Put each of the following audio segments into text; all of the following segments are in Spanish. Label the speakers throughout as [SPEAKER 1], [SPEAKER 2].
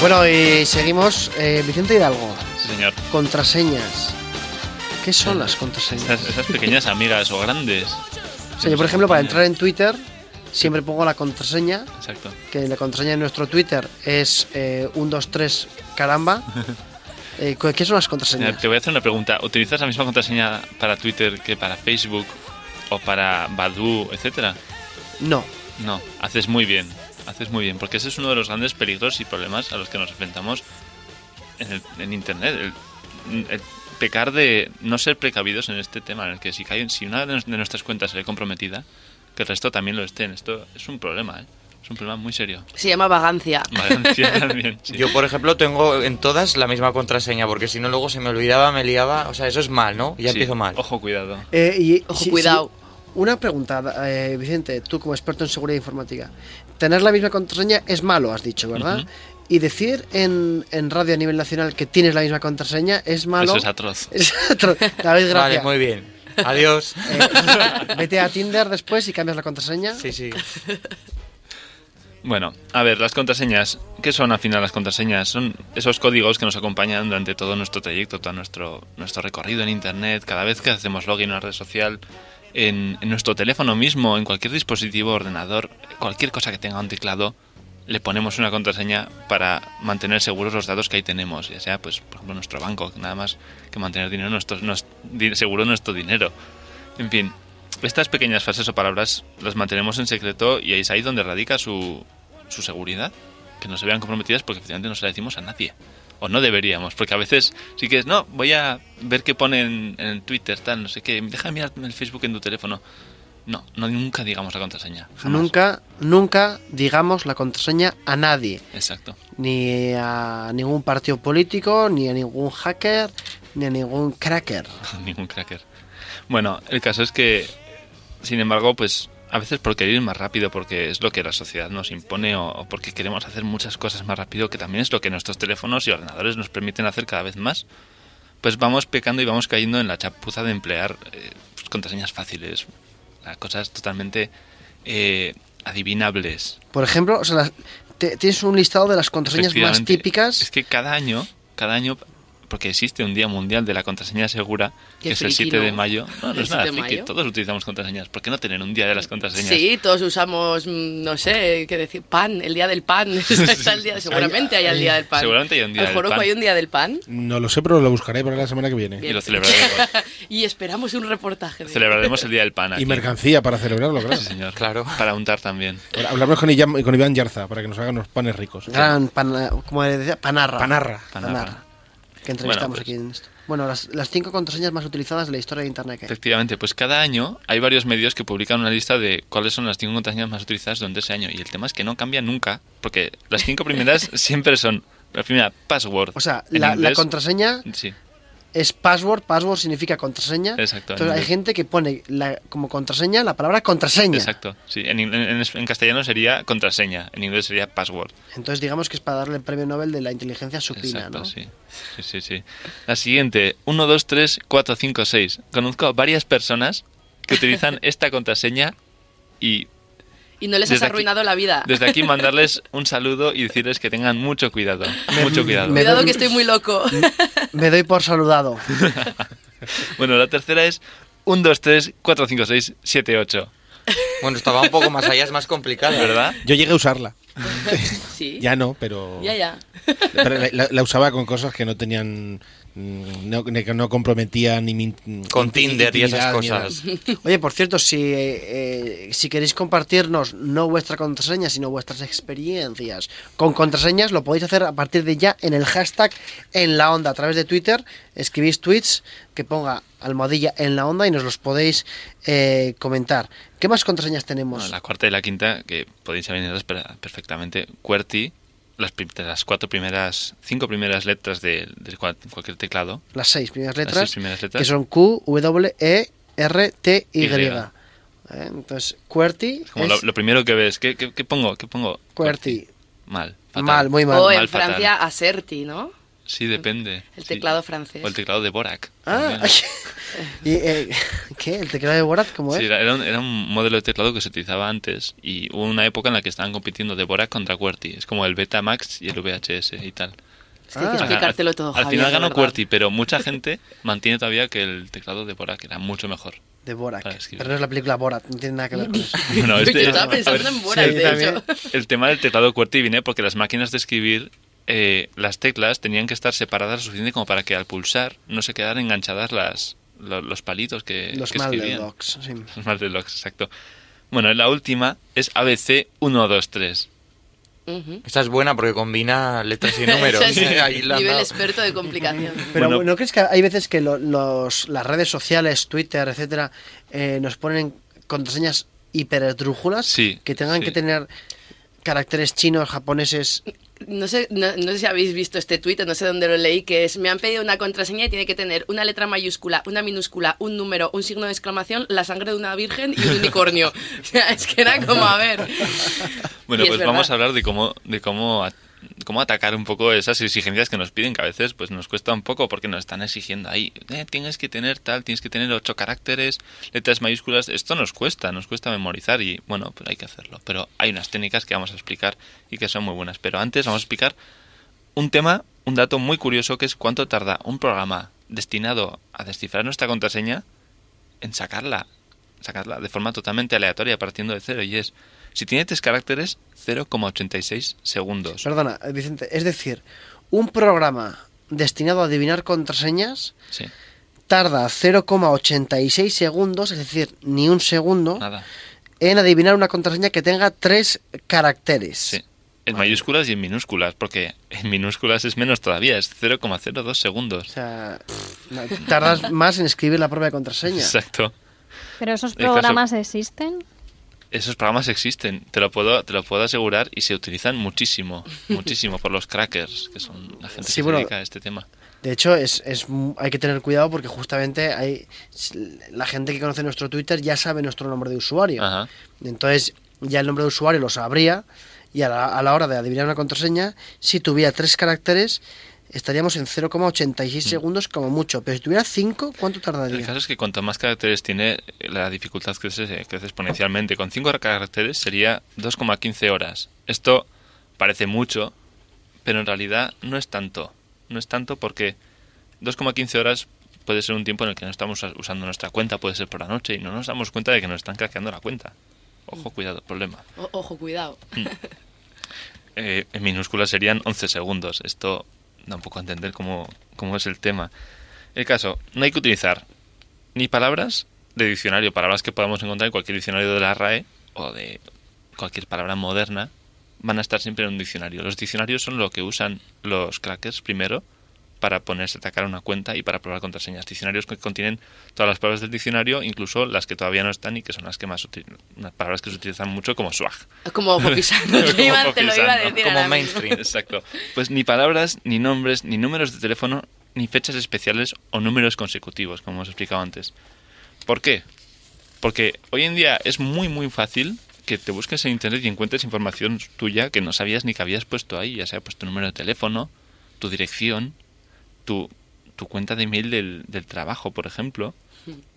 [SPEAKER 1] Bueno, y seguimos. Eh, Vicente Hidalgo,
[SPEAKER 2] Señor.
[SPEAKER 1] contraseñas. ¿Qué son las contraseñas?
[SPEAKER 2] Esas, esas pequeñas amigas o grandes.
[SPEAKER 1] O sea, yo, por ejemplo, para entrar en Twitter, siempre pongo la contraseña,
[SPEAKER 2] Exacto.
[SPEAKER 1] que la contraseña de nuestro Twitter es eh, 123 caramba. Eh, ¿cu- ¿Qué son las
[SPEAKER 2] Mira,
[SPEAKER 1] contraseñas?
[SPEAKER 2] Te voy a hacer una pregunta. ¿Utilizas la misma contraseña para Twitter que para Facebook o para Badu, etcétera?
[SPEAKER 1] No,
[SPEAKER 2] No, haces muy bien. Haces muy bien, porque ese es uno de los grandes peligros y problemas a los que nos enfrentamos en, el- en Internet. El, el pecar de no ser precavidos en este tema, en el que si, cae, si una de nos- de nuestras cuentas se ve comprometida, que el resto también lo estén. Esto es un problema, ¿eh? Es un problema muy serio.
[SPEAKER 3] Se llama vagancia.
[SPEAKER 2] Valencia también, sí.
[SPEAKER 4] Yo, por ejemplo, tengo en todas la misma contraseña, porque si no, luego se me olvidaba, me liaba. O sea, eso es mal, ¿no? Ya
[SPEAKER 2] Sí,
[SPEAKER 4] empiezo mal.
[SPEAKER 2] Ojo, cuidado.
[SPEAKER 1] Eh, y,
[SPEAKER 3] Ojo, cuidado.
[SPEAKER 1] una pregunta, eh, Vicente, tú como experto en seguridad informática. Tener la misma contraseña es malo, has dicho, ¿verdad?
[SPEAKER 2] Ujú.
[SPEAKER 1] Y decir en, en radio a nivel nacional que tienes la misma contraseña es malo.
[SPEAKER 2] Eso es atroz.
[SPEAKER 1] Es otro. David,
[SPEAKER 4] Vale,
[SPEAKER 1] gracias.
[SPEAKER 4] muy bien. Adiós.
[SPEAKER 1] Eh, vete a Tinder después y cambias la contraseña.
[SPEAKER 4] Sí, sí.
[SPEAKER 2] Bueno, a ver, las contraseñas. ¿Qué son al final las contraseñas? Son esos códigos que nos acompañan durante todo nuestro trayecto, todo nuestro, nuestro recorrido en Internet, cada vez que hacemos login en una red social, en, en nuestro teléfono mismo, en cualquier dispositivo, ordenador, cualquier cosa que tenga un teclado, le ponemos una contraseña para mantener seguros los datos que ahí tenemos, ya sea, pues, por ejemplo, nuestro banco, nada más que mantener dinero nuestro, nos- di- seguro nuestro dinero. En fin, estas pequeñas frases o palabras las mantenemos en secreto y es ahí donde radica su, su seguridad, que no se vean comprometidas porque efectivamente no se la decimos a nadie. O no deberíamos, porque a veces sí que es, no, voy a ver qué ponen en el Twitter, tal, no sé qué, deja de mirar el Facebook en tu teléfono. No, no nunca digamos la contraseña. jamás.
[SPEAKER 1] Nunca, nunca digamos la contraseña a nadie.
[SPEAKER 2] Exacto.
[SPEAKER 1] Ni a ningún partido político, ni a ningún hacker, ni a ningún cracker.
[SPEAKER 2] ningún cracker. Bueno, el caso es que, sin embargo, pues a veces por querer ir más rápido, porque es lo que la sociedad nos impone, o, o porque queremos hacer muchas cosas más rápido, que también es lo que nuestros teléfonos y ordenadores nos permiten hacer cada vez más, pues vamos pecando y vamos cayendo en la chapuza de emplear eh, pues, contraseñas fáciles, a cosas totalmente eh, adivinables.
[SPEAKER 1] Por ejemplo, o sea, las- te- tienes un listado de las contraseñas más
[SPEAKER 2] Efectivamente.
[SPEAKER 1] típicas.
[SPEAKER 2] Es que cada año, cada año, porque existe un día mundial de la contraseña segura,
[SPEAKER 3] Qué
[SPEAKER 2] que es el
[SPEAKER 3] friki,
[SPEAKER 2] 7 de
[SPEAKER 3] ¿no?
[SPEAKER 2] mayo. No, no
[SPEAKER 3] ¿El
[SPEAKER 2] es nada
[SPEAKER 3] 7 de
[SPEAKER 2] friki,
[SPEAKER 3] mayo?
[SPEAKER 2] todos utilizamos contraseñas. ¿Por qué no tener un día de las contraseñas?
[SPEAKER 3] Sí, todos usamos, mm, no sé, qué decir, pan, el día del pan. Está el día, seguramente hay el día del pan.
[SPEAKER 2] Seguramente hay un día
[SPEAKER 3] ¿Al
[SPEAKER 2] del
[SPEAKER 3] joropo
[SPEAKER 2] pan.
[SPEAKER 3] hay un día del pan?
[SPEAKER 5] No lo sé, pero lo buscaré para la semana que viene.
[SPEAKER 2] Y
[SPEAKER 3] Bien.
[SPEAKER 2] lo celebraremos.
[SPEAKER 3] Y esperamos un reportaje. de-
[SPEAKER 2] celebraremos el día del pan. Aquí.
[SPEAKER 5] Y mercancía para celebrarlo, claro.
[SPEAKER 2] Sí, señor.
[SPEAKER 4] Claro.
[SPEAKER 2] Para untar también.
[SPEAKER 5] Ahora Hablamos con, Iyam- con Iván Yarza para que nos hagan unos panes ricos.
[SPEAKER 1] Gran pana- como decía, panarra.
[SPEAKER 5] Panarra.
[SPEAKER 2] Panarra.
[SPEAKER 1] Que entrevistamos
[SPEAKER 2] Bueno, pues.
[SPEAKER 1] aquí en esto. Bueno, las, las cinco contraseñas más utilizadas de la historia de Internet. que hay.
[SPEAKER 2] Efectivamente, pues cada año hay varios medios que publican una lista de cuáles son las cinco contraseñas más utilizadas durante ese año. Y el tema es que no cambia nunca, porque las cinco primeras siempre son. La primera, password.
[SPEAKER 1] O sea,
[SPEAKER 2] En
[SPEAKER 1] la, la
[SPEAKER 2] inglés-
[SPEAKER 1] contraseña
[SPEAKER 2] Sí,
[SPEAKER 1] es password, password significa contraseña.
[SPEAKER 2] Exacto, en
[SPEAKER 1] Entonces hay
[SPEAKER 2] inglés.
[SPEAKER 1] gente que pone la- como contraseña la palabra contraseña.
[SPEAKER 2] exacto. Sí, en, en- en- en castellano sería contraseña, en inglés sería password.
[SPEAKER 1] Entonces digamos que es para darle el premio Nobel de la inteligencia supina,
[SPEAKER 2] Exacto,
[SPEAKER 1] ¿no?
[SPEAKER 2] sí. Sí, sí, sí. La siguiente, 1, 2, 3, 4, 5, 6. Conozco a varias personas que utilizan esta contraseña y
[SPEAKER 3] Y no les has
[SPEAKER 2] Desde aquí-
[SPEAKER 3] arruinado la vida.
[SPEAKER 2] desde aquí mandarles un saludo y decirles que tengan mucho cuidado. Mucho cuidado.
[SPEAKER 1] me-
[SPEAKER 3] Cuidado que estoy muy loco.
[SPEAKER 1] Me doy por saludado.
[SPEAKER 2] Bueno, la tercera es 1, 2, 3, 4, 5, 6, 7, 8.
[SPEAKER 4] Bueno, estaba un poco más allá, es más complicado. ¿eh?
[SPEAKER 2] ¿Verdad?
[SPEAKER 5] Yo llegué a usarla.
[SPEAKER 3] Sí.
[SPEAKER 5] Ya no, pero.
[SPEAKER 3] Ya, ya.
[SPEAKER 5] pero la, la- la usaba con cosas que no tenían. mm, No, que no comprometían ni mi.
[SPEAKER 4] Con Tinder y esas
[SPEAKER 5] intimidad ni nada.
[SPEAKER 4] cosas.
[SPEAKER 1] Oye, por cierto, si, eh, eh, si queréis compartirnos no vuestra contraseña, sino vuestras experiencias con contraseñas, lo podéis hacer a partir de ya en el hashtag en la onda. A través de Twitter escribís tweets que ponga almohadilla en la onda y nos los podéis eh, comentar. ¿Qué más contraseñas tenemos?
[SPEAKER 2] Bueno, la cuarta y la quinta, que podéis adivinarlas per- perfectamente. QWERTY, las, prim- las cuatro primeras, cinco primeras letras de, de cual- cualquier teclado.
[SPEAKER 1] las seis primeras
[SPEAKER 2] Las
[SPEAKER 1] letras,
[SPEAKER 2] seis primeras letras.
[SPEAKER 1] que son Q, W, E, R, T, Y.
[SPEAKER 2] Y.
[SPEAKER 1] ¿Eh? Entonces, QWERTY
[SPEAKER 2] Es como
[SPEAKER 1] es
[SPEAKER 2] lo, lo primero que ves. ¿Qué, qué- qué pongo? ¿Qué pongo?
[SPEAKER 1] QWERTY.
[SPEAKER 2] Mal.
[SPEAKER 1] Mal, muy mal.
[SPEAKER 3] O Oh, en
[SPEAKER 2] fatal.
[SPEAKER 3] Francia, aserti, ¿no?
[SPEAKER 2] Sí, depende.
[SPEAKER 3] El
[SPEAKER 2] Sí.
[SPEAKER 3] teclado francés.
[SPEAKER 2] O el teclado de Borac.
[SPEAKER 1] Ah,
[SPEAKER 2] también.
[SPEAKER 1] y, eh, ¿Qué? ¿El teclado de Borat? ¿Cómo es?
[SPEAKER 2] Sí, era, era un, era un modelo de teclado que se utilizaba antes y hubo una época en la que estaban compitiendo Dvorak contra QWERTY. Es como el Betamax y el VHS y tal.
[SPEAKER 3] Es
[SPEAKER 1] Ah.
[SPEAKER 3] que hay que
[SPEAKER 1] Al-
[SPEAKER 3] explicártelo todo,
[SPEAKER 2] Al
[SPEAKER 3] Javier,
[SPEAKER 2] final
[SPEAKER 3] de
[SPEAKER 2] ganó
[SPEAKER 3] verdad.
[SPEAKER 2] QWERTY, pero mucha gente mantiene todavía que el teclado de Borac era mucho mejor.
[SPEAKER 1] De Borat.
[SPEAKER 2] Para escribir.
[SPEAKER 1] Pero no es la película Borat, no tiene nada que ver con eso.
[SPEAKER 2] Bueno, este-
[SPEAKER 3] Yo estaba
[SPEAKER 2] a ver,
[SPEAKER 3] pensando en Borat,
[SPEAKER 1] sí,
[SPEAKER 3] de
[SPEAKER 1] también.
[SPEAKER 3] hecho.
[SPEAKER 2] El tema del teclado QWERTY viene porque las máquinas de escribir, eh, las teclas tenían que estar separadas lo suficiente como para que al pulsar no se quedaran enganchadas las, lo- los, palitos que,
[SPEAKER 1] Los
[SPEAKER 2] Eh, que escribían.
[SPEAKER 1] Maldelocks, sí.
[SPEAKER 2] Los Maldelocks, exacto. Bueno, la última es ABC 123.
[SPEAKER 3] Ujú.
[SPEAKER 4] Esta es buena porque combina letras y números.
[SPEAKER 3] Ese es
[SPEAKER 4] Ahí la han
[SPEAKER 3] nivel
[SPEAKER 4] dado.
[SPEAKER 3] experto de complicación.
[SPEAKER 1] Pero
[SPEAKER 2] Bueno.
[SPEAKER 1] ¿no crees que hay veces que lo- los, las redes sociales, Twitter, etcétera, eh, nos ponen contraseñas hipertrújulas
[SPEAKER 2] Sí,
[SPEAKER 1] que tengan
[SPEAKER 2] sí.
[SPEAKER 1] que tener caracteres chinos, japoneses,
[SPEAKER 3] No sé, no, no sé si habéis visto este tuit, no sé dónde lo leí, que es, me han pedido una contraseña y tiene que tener una letra mayúscula, una minúscula, un número, un signo de exclamación, la sangre de una virgen y un unicornio. O sea, es que era como, a ver...
[SPEAKER 2] Bueno,
[SPEAKER 3] Y es
[SPEAKER 2] pues vamos
[SPEAKER 3] verdad.
[SPEAKER 2] a hablar de cómo, de cómo, a- cómo atacar un poco esas exigencias que nos piden, que a veces pues nos cuesta un poco porque nos están exigiendo ahí, "Eh, tienes que tener tal, tienes que tener ocho caracteres, letras mayúsculas, esto nos cuesta, nos cuesta memorizar y bueno, pues hay que hacerlo. Pero hay unas técnicas que vamos a explicar y que son muy buenas. Pero antes vamos a explicar un tema, un dato muy curioso que es cuánto tarda un programa destinado a descifrar nuestra contraseña en sacarla, sacarla de forma totalmente aleatoria partiendo de cero y es si tiene tres caracteres 0,86 segundos.
[SPEAKER 1] Perdona, eh, Vicente, es decir, un programa destinado a adivinar contraseñas
[SPEAKER 2] Sí,
[SPEAKER 1] tarda 0,86 segundos, es decir, ni un segundo,
[SPEAKER 2] nada.
[SPEAKER 1] en adivinar una contraseña que tenga tres caracteres.
[SPEAKER 2] Sí. En mayúsculas y en minúsculas, porque en minúsculas es menos todavía, es 0,02
[SPEAKER 1] O
[SPEAKER 2] segundos.
[SPEAKER 1] sea, pff, no, tardas más en escribir la propia contraseña.
[SPEAKER 2] Exacto.
[SPEAKER 6] Pero esos
[SPEAKER 2] El este caso-
[SPEAKER 6] programas existen.
[SPEAKER 2] Esos programas existen, te lo puedo te lo puedo asegurar y se utilizan muchísimo, muchísimo por los crackers, que son la gente
[SPEAKER 1] Sí,
[SPEAKER 2] que
[SPEAKER 1] bueno.
[SPEAKER 2] se dedica a este tema.
[SPEAKER 1] De hecho, es, es mu- hay que tener cuidado porque justamente hay la gente que conoce nuestro Twitter ya sabe nuestro nombre de usuario.
[SPEAKER 2] Ajá.
[SPEAKER 1] Entonces, ya el nombre de usuario lo sabría y a la, a la hora de adivinar una contraseña, si tuviera tres caracteres, estaríamos en 0,86 segundos como mucho. Pero si tuviera cinco, ¿cuánto
[SPEAKER 2] Mm. El
[SPEAKER 1] tardaría?
[SPEAKER 2] caso es que cuanto más caracteres tiene, la dificultad crece, eh, crece exponencialmente. Con 5 caracteres sería 2,15 horas. Esto parece mucho, pero en realidad no es tanto. No es tanto porque 2,15 horas puede ser un tiempo en el que no estamos usando nuestra cuenta, puede ser por la noche, y no nos damos cuenta de que nos están craqueando la cuenta. Ojo, cuidado, problema.
[SPEAKER 3] O- ojo, cuidado.
[SPEAKER 2] Mm. Eh, en minúsculas serían 11 segundos. Esto da un poco a entender cómo, cómo es el tema. El caso, no hay que utilizar ni palabras de diccionario, palabras que podamos encontrar en cualquier diccionario de la RAE o de cualquier palabra moderna, van a estar siempre en un diccionario. Los diccionarios son lo que usan los crackers primero para ponerse a atacar una cuenta y para probar contraseñas. Diccionarios que contienen todas las palabras del diccionario, incluso las que todavía no están y que son las que más util- unas palabras que se utilizan mucho como swag.
[SPEAKER 3] Como Popisano,
[SPEAKER 2] Como
[SPEAKER 3] te, iba- te lo iba a
[SPEAKER 2] Popisano.
[SPEAKER 3] decir
[SPEAKER 4] Como
[SPEAKER 3] ahora mismo.
[SPEAKER 4] mainstream.
[SPEAKER 2] Exacto. Pues ni palabras, ni nombres, ni números de teléfono, ni fechas especiales o números consecutivos, como os he explicado antes. ¿Por qué? Porque hoy en día es muy, muy fácil que te busques en internet y encuentres información tuya que no sabías ni que habías puesto ahí, ya sea pues tu número de teléfono, tu dirección, tu, tu cuenta de email del, del trabajo, por ejemplo.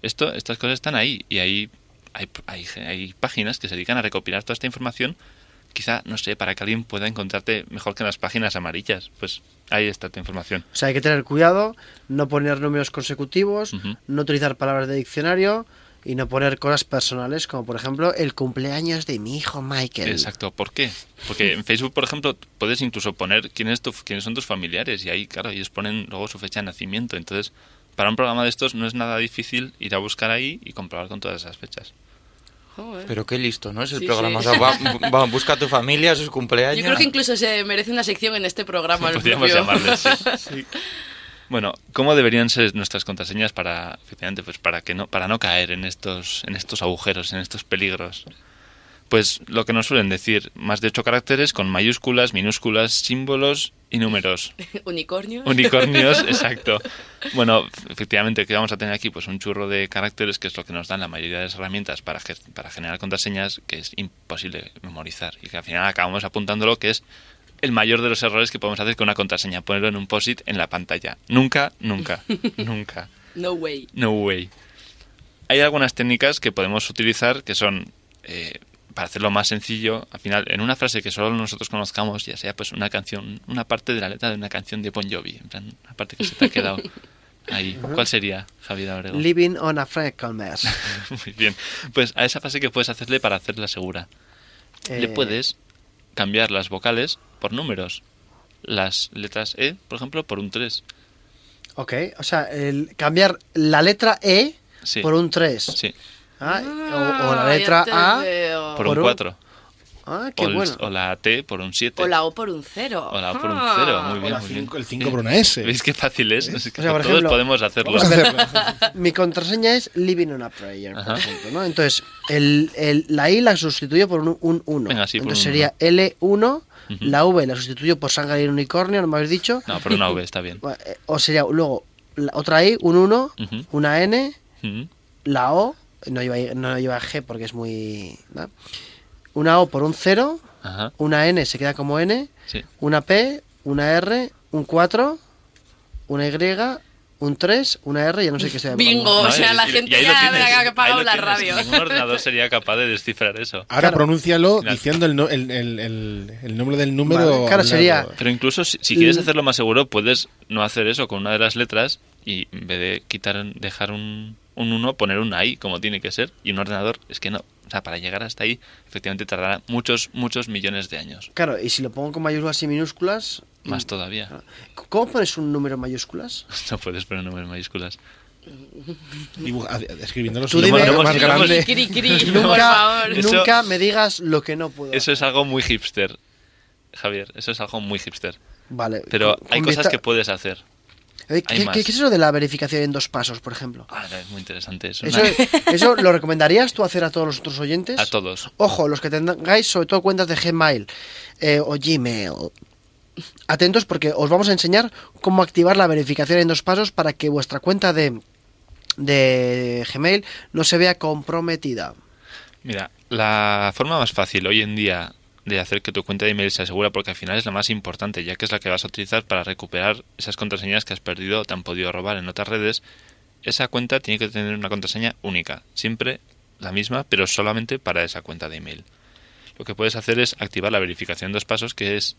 [SPEAKER 2] Esto, estas cosas están ahí y ahí hay, hay, hay páginas que se dedican a recopilar toda esta información quizá, no sé, para que alguien pueda encontrarte mejor que en las páginas amarillas. Pues ahí está tu información.
[SPEAKER 1] O sea, hay que tener cuidado, no poner números consecutivos,
[SPEAKER 2] Ujú.
[SPEAKER 1] no utilizar palabras de diccionario y no poner cosas personales como, por ejemplo, el cumpleaños de mi hijo Michael.
[SPEAKER 2] Exacto, ¿por qué? Porque en Facebook, por ejemplo, puedes incluso poner quién es tu, quiénes son tus familiares y ahí, claro, ellos ponen luego su fecha de nacimiento. Entonces, para un programa de estos no es nada difícil ir a buscar ahí y comprobar con todas esas fechas.
[SPEAKER 3] Joder.
[SPEAKER 4] Pero qué listo, ¿no? Es el
[SPEAKER 3] Sí,
[SPEAKER 4] programa.
[SPEAKER 3] sí.
[SPEAKER 4] O sea, va- va- busca a tu familia, sus cumpleaños.
[SPEAKER 3] Yo creo que incluso se merece una sección en este programa. el
[SPEAKER 2] Podríamos
[SPEAKER 3] propio.
[SPEAKER 2] llamarles, sí. Bueno, ¿cómo deberían ser nuestras contraseñas para, efectivamente, pues para que no, para no caer en estos, en estos agujeros, en estos peligros? Pues lo que nos suelen decir, más de ocho caracteres con mayúsculas, minúsculas, símbolos y números.
[SPEAKER 3] Unicornios.
[SPEAKER 2] Unicornios, exacto. Bueno, f- efectivamente, ¿qué vamos a tener aquí? Pues un churro de caracteres, que es lo que nos dan la mayoría de las herramientas para, ge- para generar contraseñas, que es imposible memorizar y que al final acabamos apuntándolo, que es el mayor de los errores que podemos hacer con una contraseña, ponerlo en un post-it en la pantalla. Nunca, nunca, nunca.
[SPEAKER 3] No way.
[SPEAKER 2] No way. Hay algunas técnicas que podemos utilizar que son, eh, para hacerlo más sencillo, al final, en una frase que solo nosotros conozcamos, ya sea pues una canción, una parte de la letra de una canción de Bon Jovi, en plan, una parte que se te ha quedado ahí. ¿Cuál sería, Javier Abrego?
[SPEAKER 1] Living on a Frecklemas.
[SPEAKER 2] Muy bien. Pues a esa frase que puedes hacerle para hacerla segura. Le
[SPEAKER 1] Eh.
[SPEAKER 2] puedes cambiar las vocales por números. Las letras E, por ejemplo, por un 3.
[SPEAKER 1] Ok, o sea, el cambiar la letra E
[SPEAKER 2] Sí.
[SPEAKER 1] por un 3.
[SPEAKER 2] Sí,
[SPEAKER 1] Ah, o, o la
[SPEAKER 3] Ah, ya
[SPEAKER 1] letra
[SPEAKER 3] te
[SPEAKER 1] A.
[SPEAKER 3] veo.
[SPEAKER 2] por,
[SPEAKER 1] Por
[SPEAKER 2] un
[SPEAKER 1] un-
[SPEAKER 2] 4.
[SPEAKER 1] Ah,
[SPEAKER 2] O,
[SPEAKER 1] qué
[SPEAKER 2] el-
[SPEAKER 1] bueno.
[SPEAKER 2] o la T por un 7.
[SPEAKER 3] O la O por un cero.
[SPEAKER 2] O la O por un
[SPEAKER 3] Ah.
[SPEAKER 2] cero, muy bien.
[SPEAKER 5] O la cinco- el 5 por una S.
[SPEAKER 2] ¿Veis qué fácil es? Es que
[SPEAKER 1] O sea, por
[SPEAKER 2] todos
[SPEAKER 1] ejemplo,
[SPEAKER 2] podemos hacerlo.
[SPEAKER 5] Vamos a hacerlo.
[SPEAKER 1] Mi contraseña es Living on a Prayer,
[SPEAKER 2] Ajá.
[SPEAKER 1] por ejemplo, ¿no? Entonces, el, el- la I la sustituyo por un 1.
[SPEAKER 2] Venga, sí, por
[SPEAKER 1] Entonces
[SPEAKER 2] un
[SPEAKER 1] sería L1, la V la sustituyo por sangre y unicornio, no me habéis dicho.
[SPEAKER 2] No, por una V está bien.
[SPEAKER 1] Bueno, eh, O sería luego la otra I, un 1,
[SPEAKER 2] Ujú.
[SPEAKER 1] una N,
[SPEAKER 2] Mm,
[SPEAKER 1] la O, no lleva, no lleva G porque es muy... ¿no? Una O por un 0,
[SPEAKER 2] Ajá,
[SPEAKER 1] una N se queda como N,
[SPEAKER 2] sí.
[SPEAKER 1] una P, una R, un 4, una Y, un 3, una R, ya no sé qué sea.
[SPEAKER 3] Bingo. O sea, la gente
[SPEAKER 2] ahí
[SPEAKER 3] ya
[SPEAKER 2] lo
[SPEAKER 3] habrá
[SPEAKER 2] tienes,
[SPEAKER 3] que apagar
[SPEAKER 2] ahí lo
[SPEAKER 3] la
[SPEAKER 2] tienes.
[SPEAKER 3] radio.
[SPEAKER 2] Ningún ordenador sería capaz de descifrar eso.
[SPEAKER 5] Ahora
[SPEAKER 1] Claro.
[SPEAKER 5] pronúncialo
[SPEAKER 2] Claro.
[SPEAKER 5] diciendo el, no- el, el, el- el nombre del número.
[SPEAKER 1] Vale, claro,
[SPEAKER 5] al lado.
[SPEAKER 1] sería-
[SPEAKER 2] Pero incluso si, si quieres
[SPEAKER 1] Mm.
[SPEAKER 2] hacerlo más seguro, puedes no hacer eso con una de las letras y en vez de quitar, dejar un, un 1, poner un I como tiene que ser. Y un ordenador es que no. O sea, para llegar hasta ahí, efectivamente tardará muchos, muchos millones de años.
[SPEAKER 1] Claro, y si lo pongo con mayúsculas y minúsculas...
[SPEAKER 3] Mm.
[SPEAKER 2] Más todavía.
[SPEAKER 1] ¿Cómo pones un número en mayúsculas?
[SPEAKER 2] No puedes poner números en mayúsculas.
[SPEAKER 5] Dibuja- escribiéndolo
[SPEAKER 1] Tú
[SPEAKER 5] así,
[SPEAKER 1] dime-
[SPEAKER 5] lo más-
[SPEAKER 2] Lo
[SPEAKER 5] más
[SPEAKER 2] hemos-
[SPEAKER 5] grande.
[SPEAKER 3] Cri, cri, por
[SPEAKER 1] Nunca,
[SPEAKER 3] favor.
[SPEAKER 2] Eso-
[SPEAKER 1] nunca me digas lo que no puedo.
[SPEAKER 2] Eso es algo muy hipster, Javier. Eso es algo muy hipster.
[SPEAKER 1] Vale.
[SPEAKER 2] Pero
[SPEAKER 1] con-
[SPEAKER 2] hay
[SPEAKER 1] con
[SPEAKER 2] cosas
[SPEAKER 1] vista-
[SPEAKER 2] que puedes hacer.
[SPEAKER 1] Eh,
[SPEAKER 2] hay
[SPEAKER 1] ¿qué,
[SPEAKER 2] más.
[SPEAKER 1] qué- qué es eso de la verificación en dos pasos, por ejemplo?
[SPEAKER 2] Ah, es muy interesante eso.
[SPEAKER 1] Eso, ¿Eso lo recomendarías tú hacer a todos los otros oyentes?
[SPEAKER 2] A todos.
[SPEAKER 1] Ojo, los que tengáis sobre todo cuentas de Gmail eh, o Gmail. Atentos porque os vamos a enseñar cómo activar la verificación en dos pasos para que vuestra cuenta de, de Gmail no se vea comprometida.
[SPEAKER 2] Mira, la forma más fácil hoy en día de hacer que tu cuenta de email sea segura, porque al final es la más importante, ya que es la que vas a utilizar para recuperar esas contraseñas que has perdido o te han podido robar en otras redes, esa cuenta tiene que tener una contraseña única, siempre la misma, pero solamente para esa cuenta de email. Lo que puedes hacer es activar la verificación en dos pasos, que es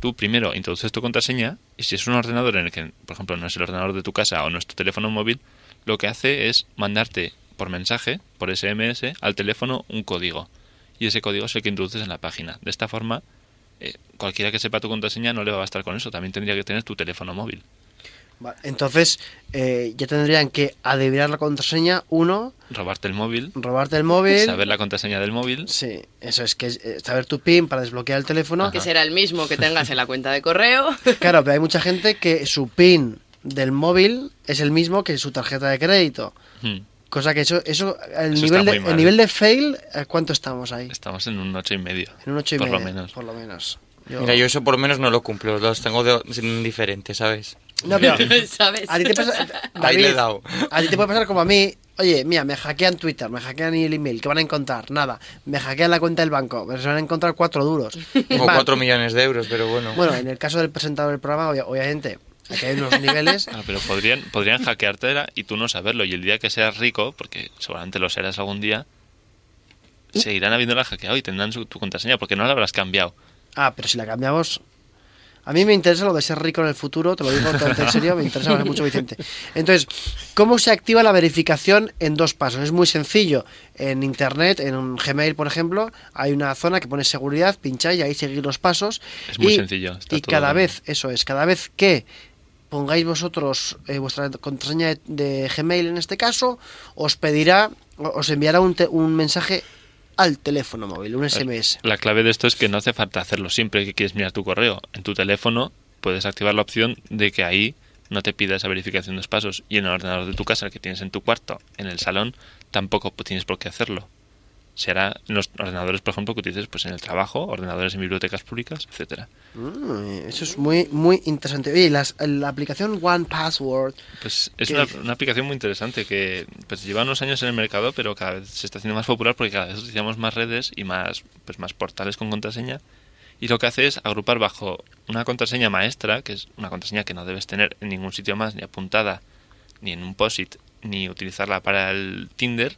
[SPEAKER 2] tú primero introduces tu contraseña y si es un ordenador en el que, por ejemplo, no es el ordenador de tu casa o no es tu teléfono móvil, lo que hace es mandarte por mensaje, por SMS, al teléfono un código. Y ese código es el que introduces en la página. De esta forma, eh, cualquiera que sepa tu contraseña no le va a bastar con eso. También tendría que tener tu teléfono móvil.
[SPEAKER 1] Va- Entonces eh, ya tendrían que adivinar la contraseña, uno,
[SPEAKER 2] Robarte el móvil,
[SPEAKER 1] robarte el móvil.
[SPEAKER 2] saber la contraseña del móvil.
[SPEAKER 1] Sí, eso es que es, eh, saber tu PIN para desbloquear el teléfono.
[SPEAKER 3] Que será el mismo que tengas en la cuenta de correo.
[SPEAKER 1] Claro, pero hay mucha gente que su PIN del móvil es el mismo que su tarjeta de crédito.
[SPEAKER 2] Hmm,
[SPEAKER 1] Cosa que eso, eso el,
[SPEAKER 2] Eso está
[SPEAKER 1] nivel, de,
[SPEAKER 2] muy mal. ¿eh?
[SPEAKER 1] el nivel de fail, ¿a ¿cuánto estamos ahí?
[SPEAKER 2] Estamos en un ocho y medio.
[SPEAKER 1] En un 8 y
[SPEAKER 2] por
[SPEAKER 1] medio.
[SPEAKER 2] lo menos.
[SPEAKER 1] Por lo menos. Yo-
[SPEAKER 4] Mira, yo eso por lo menos no lo cumplo, los tengo de, diferentes, ¿sabes?
[SPEAKER 1] No, pero
[SPEAKER 3] ¿Sabes?
[SPEAKER 1] a ti te pasa...
[SPEAKER 4] Ahí
[SPEAKER 1] David,
[SPEAKER 4] le he dado.
[SPEAKER 1] A ti te puede pasar como a mí. Oye, mira, me hackean Twitter, me hackean el email, ¿qué van a encontrar? Nada. Me hackean la cuenta del banco, me van a encontrar cuatro duros. Es
[SPEAKER 4] Como
[SPEAKER 1] más,
[SPEAKER 4] 4 millones de euros, pero bueno.
[SPEAKER 1] Bueno, en el caso del presentador del programa, obvia- obviamente, aquí hay unos niveles...
[SPEAKER 2] Ah, pero podrían, podrían hackeártela y tú no saberlo. Y el día que seas rico, porque seguramente lo serás algún día, seguirán habiéndola hackeado y tendrán su- tu contraseña, porque no la habrás cambiado.
[SPEAKER 1] Ah, pero si la cambiamos. A mí me interesa lo de ser rico en el futuro, te lo digo totalmente en serio, me interesa mucho Vicente. Entonces, ¿cómo se activa la verificación en dos pasos? Es muy sencillo. En internet, en un Gmail, por ejemplo, hay una zona que pone seguridad, pincháis y ahí seguir los pasos.
[SPEAKER 2] Es muy
[SPEAKER 1] Y-
[SPEAKER 2] sencillo, está
[SPEAKER 1] Y
[SPEAKER 2] todo
[SPEAKER 1] cada
[SPEAKER 2] bien.
[SPEAKER 1] vez, eso es, cada vez que pongáis vosotros eh, vuestra contraseña de, de Gmail en este caso, os pedirá, o- os enviará un, te- un mensaje al teléfono móvil, un SMS.
[SPEAKER 2] Eh, La clave de esto es que no hace falta hacerlo siempre que quieres mirar tu correo. En tu teléfono puedes activar la opción de que ahí no te pida esa verificación de los pasos. Y en el ordenador de tu casa, el que tienes en tu cuarto, en el salón, tampoco tienes por qué hacerlo. Se hará en los ordenadores, por ejemplo, que utilices pues, en el trabajo, ordenadores en bibliotecas públicas, etcétera.
[SPEAKER 1] Mm, Eso es muy, muy interesante. Oye, y las- la aplicación One Password.
[SPEAKER 2] Pues es
[SPEAKER 1] ¿Qué
[SPEAKER 2] una,
[SPEAKER 1] dices?
[SPEAKER 2] una aplicación muy interesante que pues, lleva unos años en el mercado, pero cada vez se está haciendo más popular porque cada vez utilizamos más redes y más, pues, más portales con contraseña. y lo que hace es agrupar bajo una contraseña maestra, que es una contraseña que no debes tener en ningún sitio más, ni apuntada, ni en un POSIT, ni utilizarla para el Tinder.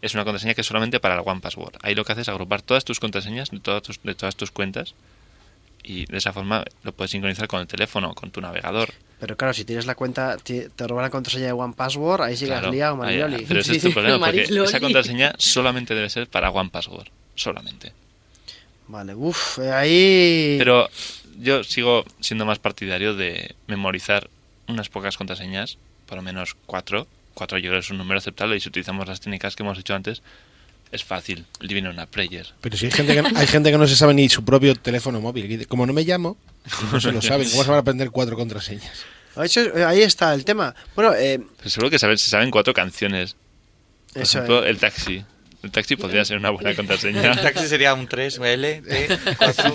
[SPEAKER 2] Es una contraseña que es solamente para el One Password. Ahí lo que hace es agrupar todas tus contraseñas de todas tus, de todas tus cuentas y de esa forma lo puedes sincronizar con el teléfono, con tu navegador.
[SPEAKER 1] Pero claro, si tienes la cuenta, ti- te roban la contraseña de One Password, ahí sí que
[SPEAKER 2] Claro,
[SPEAKER 1] has liado,
[SPEAKER 2] ahí- ah,
[SPEAKER 1] Marioli.
[SPEAKER 2] pero ese es tu
[SPEAKER 3] Sí,
[SPEAKER 2] problema, porque
[SPEAKER 3] Mariloli.
[SPEAKER 2] esa contraseña solamente debe ser para One Password. Solamente.
[SPEAKER 1] Vale, uff, ahí...
[SPEAKER 2] Pero yo sigo siendo más partidario de memorizar unas pocas contraseñas, por lo menos cuatro. Cuatro yo creo que es un número aceptable y si utilizamos las técnicas que hemos hecho antes, es fácil. Living on a prayer.
[SPEAKER 5] Pero si hay gente, que, hay gente que no se sabe ni su propio teléfono móvil. y dice, Como no me llamo, pues no se lo saben. ¿Cómo se van a aprender cuatro contraseñas?
[SPEAKER 1] Eso es- ahí está el tema. Bueno, eh,
[SPEAKER 2] Pero seguro que saben, se saben cuatro canciones. Por
[SPEAKER 1] eso eh.
[SPEAKER 2] ejemplo,
[SPEAKER 1] es.
[SPEAKER 2] el taxi. El taxi podría ser una buena
[SPEAKER 4] El
[SPEAKER 2] contraseña.
[SPEAKER 4] taxi sería un 3, L, T, 4.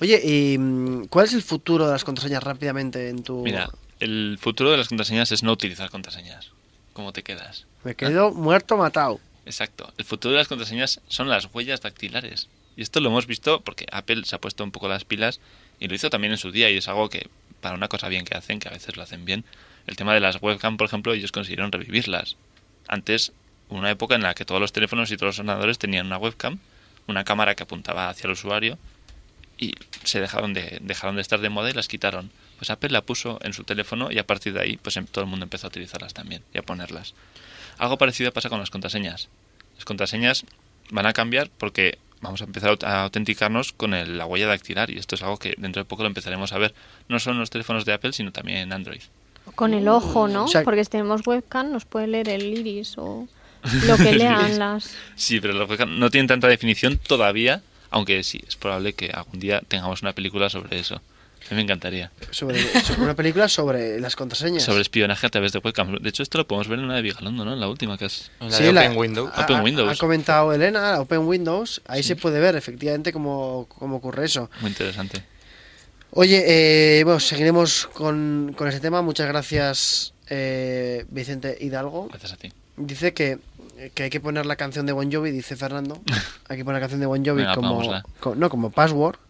[SPEAKER 1] Oye, ¿y mm, cuál es el futuro de las contraseñas rápidamente en tu...?
[SPEAKER 2] Mira, el futuro de las contraseñas es no utilizar contraseñas. ¿Cómo te quedas?
[SPEAKER 1] Me
[SPEAKER 2] ah.
[SPEAKER 1] quedo muerto matado.
[SPEAKER 2] Exacto. El futuro de las contraseñas son las huellas dactilares. Y esto lo hemos visto porque Apple se ha puesto un poco las pilas y lo hizo también en su día y es algo que para una cosa bien que hacen, que a veces lo hacen bien, el tema de las webcam, por ejemplo, ellos consiguieron revivirlas. Antes, hubo una época en la que todos los teléfonos y todos los ordenadores tenían una webcam, una cámara que apuntaba hacia el usuario y se dejaron de, dejaron de estar de moda y las quitaron. Pues Apple la puso en su teléfono y a partir de ahí pues em- todo el mundo empezó a utilizarlas también y a ponerlas. Algo parecido pasa con las contraseñas. Las contraseñas van a cambiar porque vamos a empezar a autenticarnos con el- la huella dactilar y esto es algo que dentro de poco lo empezaremos a ver no solo en los teléfonos de Apple sino también en Android.
[SPEAKER 6] Con el ojo, ¿no?
[SPEAKER 1] O sea-
[SPEAKER 6] Porque si tenemos webcam nos puede leer el iris o lo que
[SPEAKER 2] El
[SPEAKER 6] lean
[SPEAKER 2] iris.
[SPEAKER 6] las...
[SPEAKER 2] Sí, pero las webcam no tienen tanta definición todavía, aunque sí, es probable que algún día tengamos una película sobre eso. A mí me encantaría.
[SPEAKER 1] Sobre, sobre una película sobre las contraseñas.
[SPEAKER 2] Sobre espionaje a través de webcam. De hecho, esto lo podemos ver en una de Vigalondo, ¿no? En la última que es...
[SPEAKER 4] La
[SPEAKER 1] Sí,
[SPEAKER 4] de
[SPEAKER 1] la-
[SPEAKER 4] Open Window.
[SPEAKER 1] ha-
[SPEAKER 2] Open
[SPEAKER 1] ha-
[SPEAKER 2] Windows.
[SPEAKER 1] Ha comentado Elena, Open Windows. Ahí se puede ver efectivamente cómo, cómo ocurre eso.
[SPEAKER 2] Muy interesante.
[SPEAKER 1] Oye, eh, bueno, seguiremos con, con este tema. Muchas gracias, eh, Vicente Hidalgo.
[SPEAKER 2] Gracias a ti.
[SPEAKER 1] Dice que, que hay que poner la canción de Bon Jovi, dice Fernando. Hay que poner la canción de Bon Jovi
[SPEAKER 2] Venga,
[SPEAKER 1] como,
[SPEAKER 2] pongámosla.
[SPEAKER 1] co- no, como password.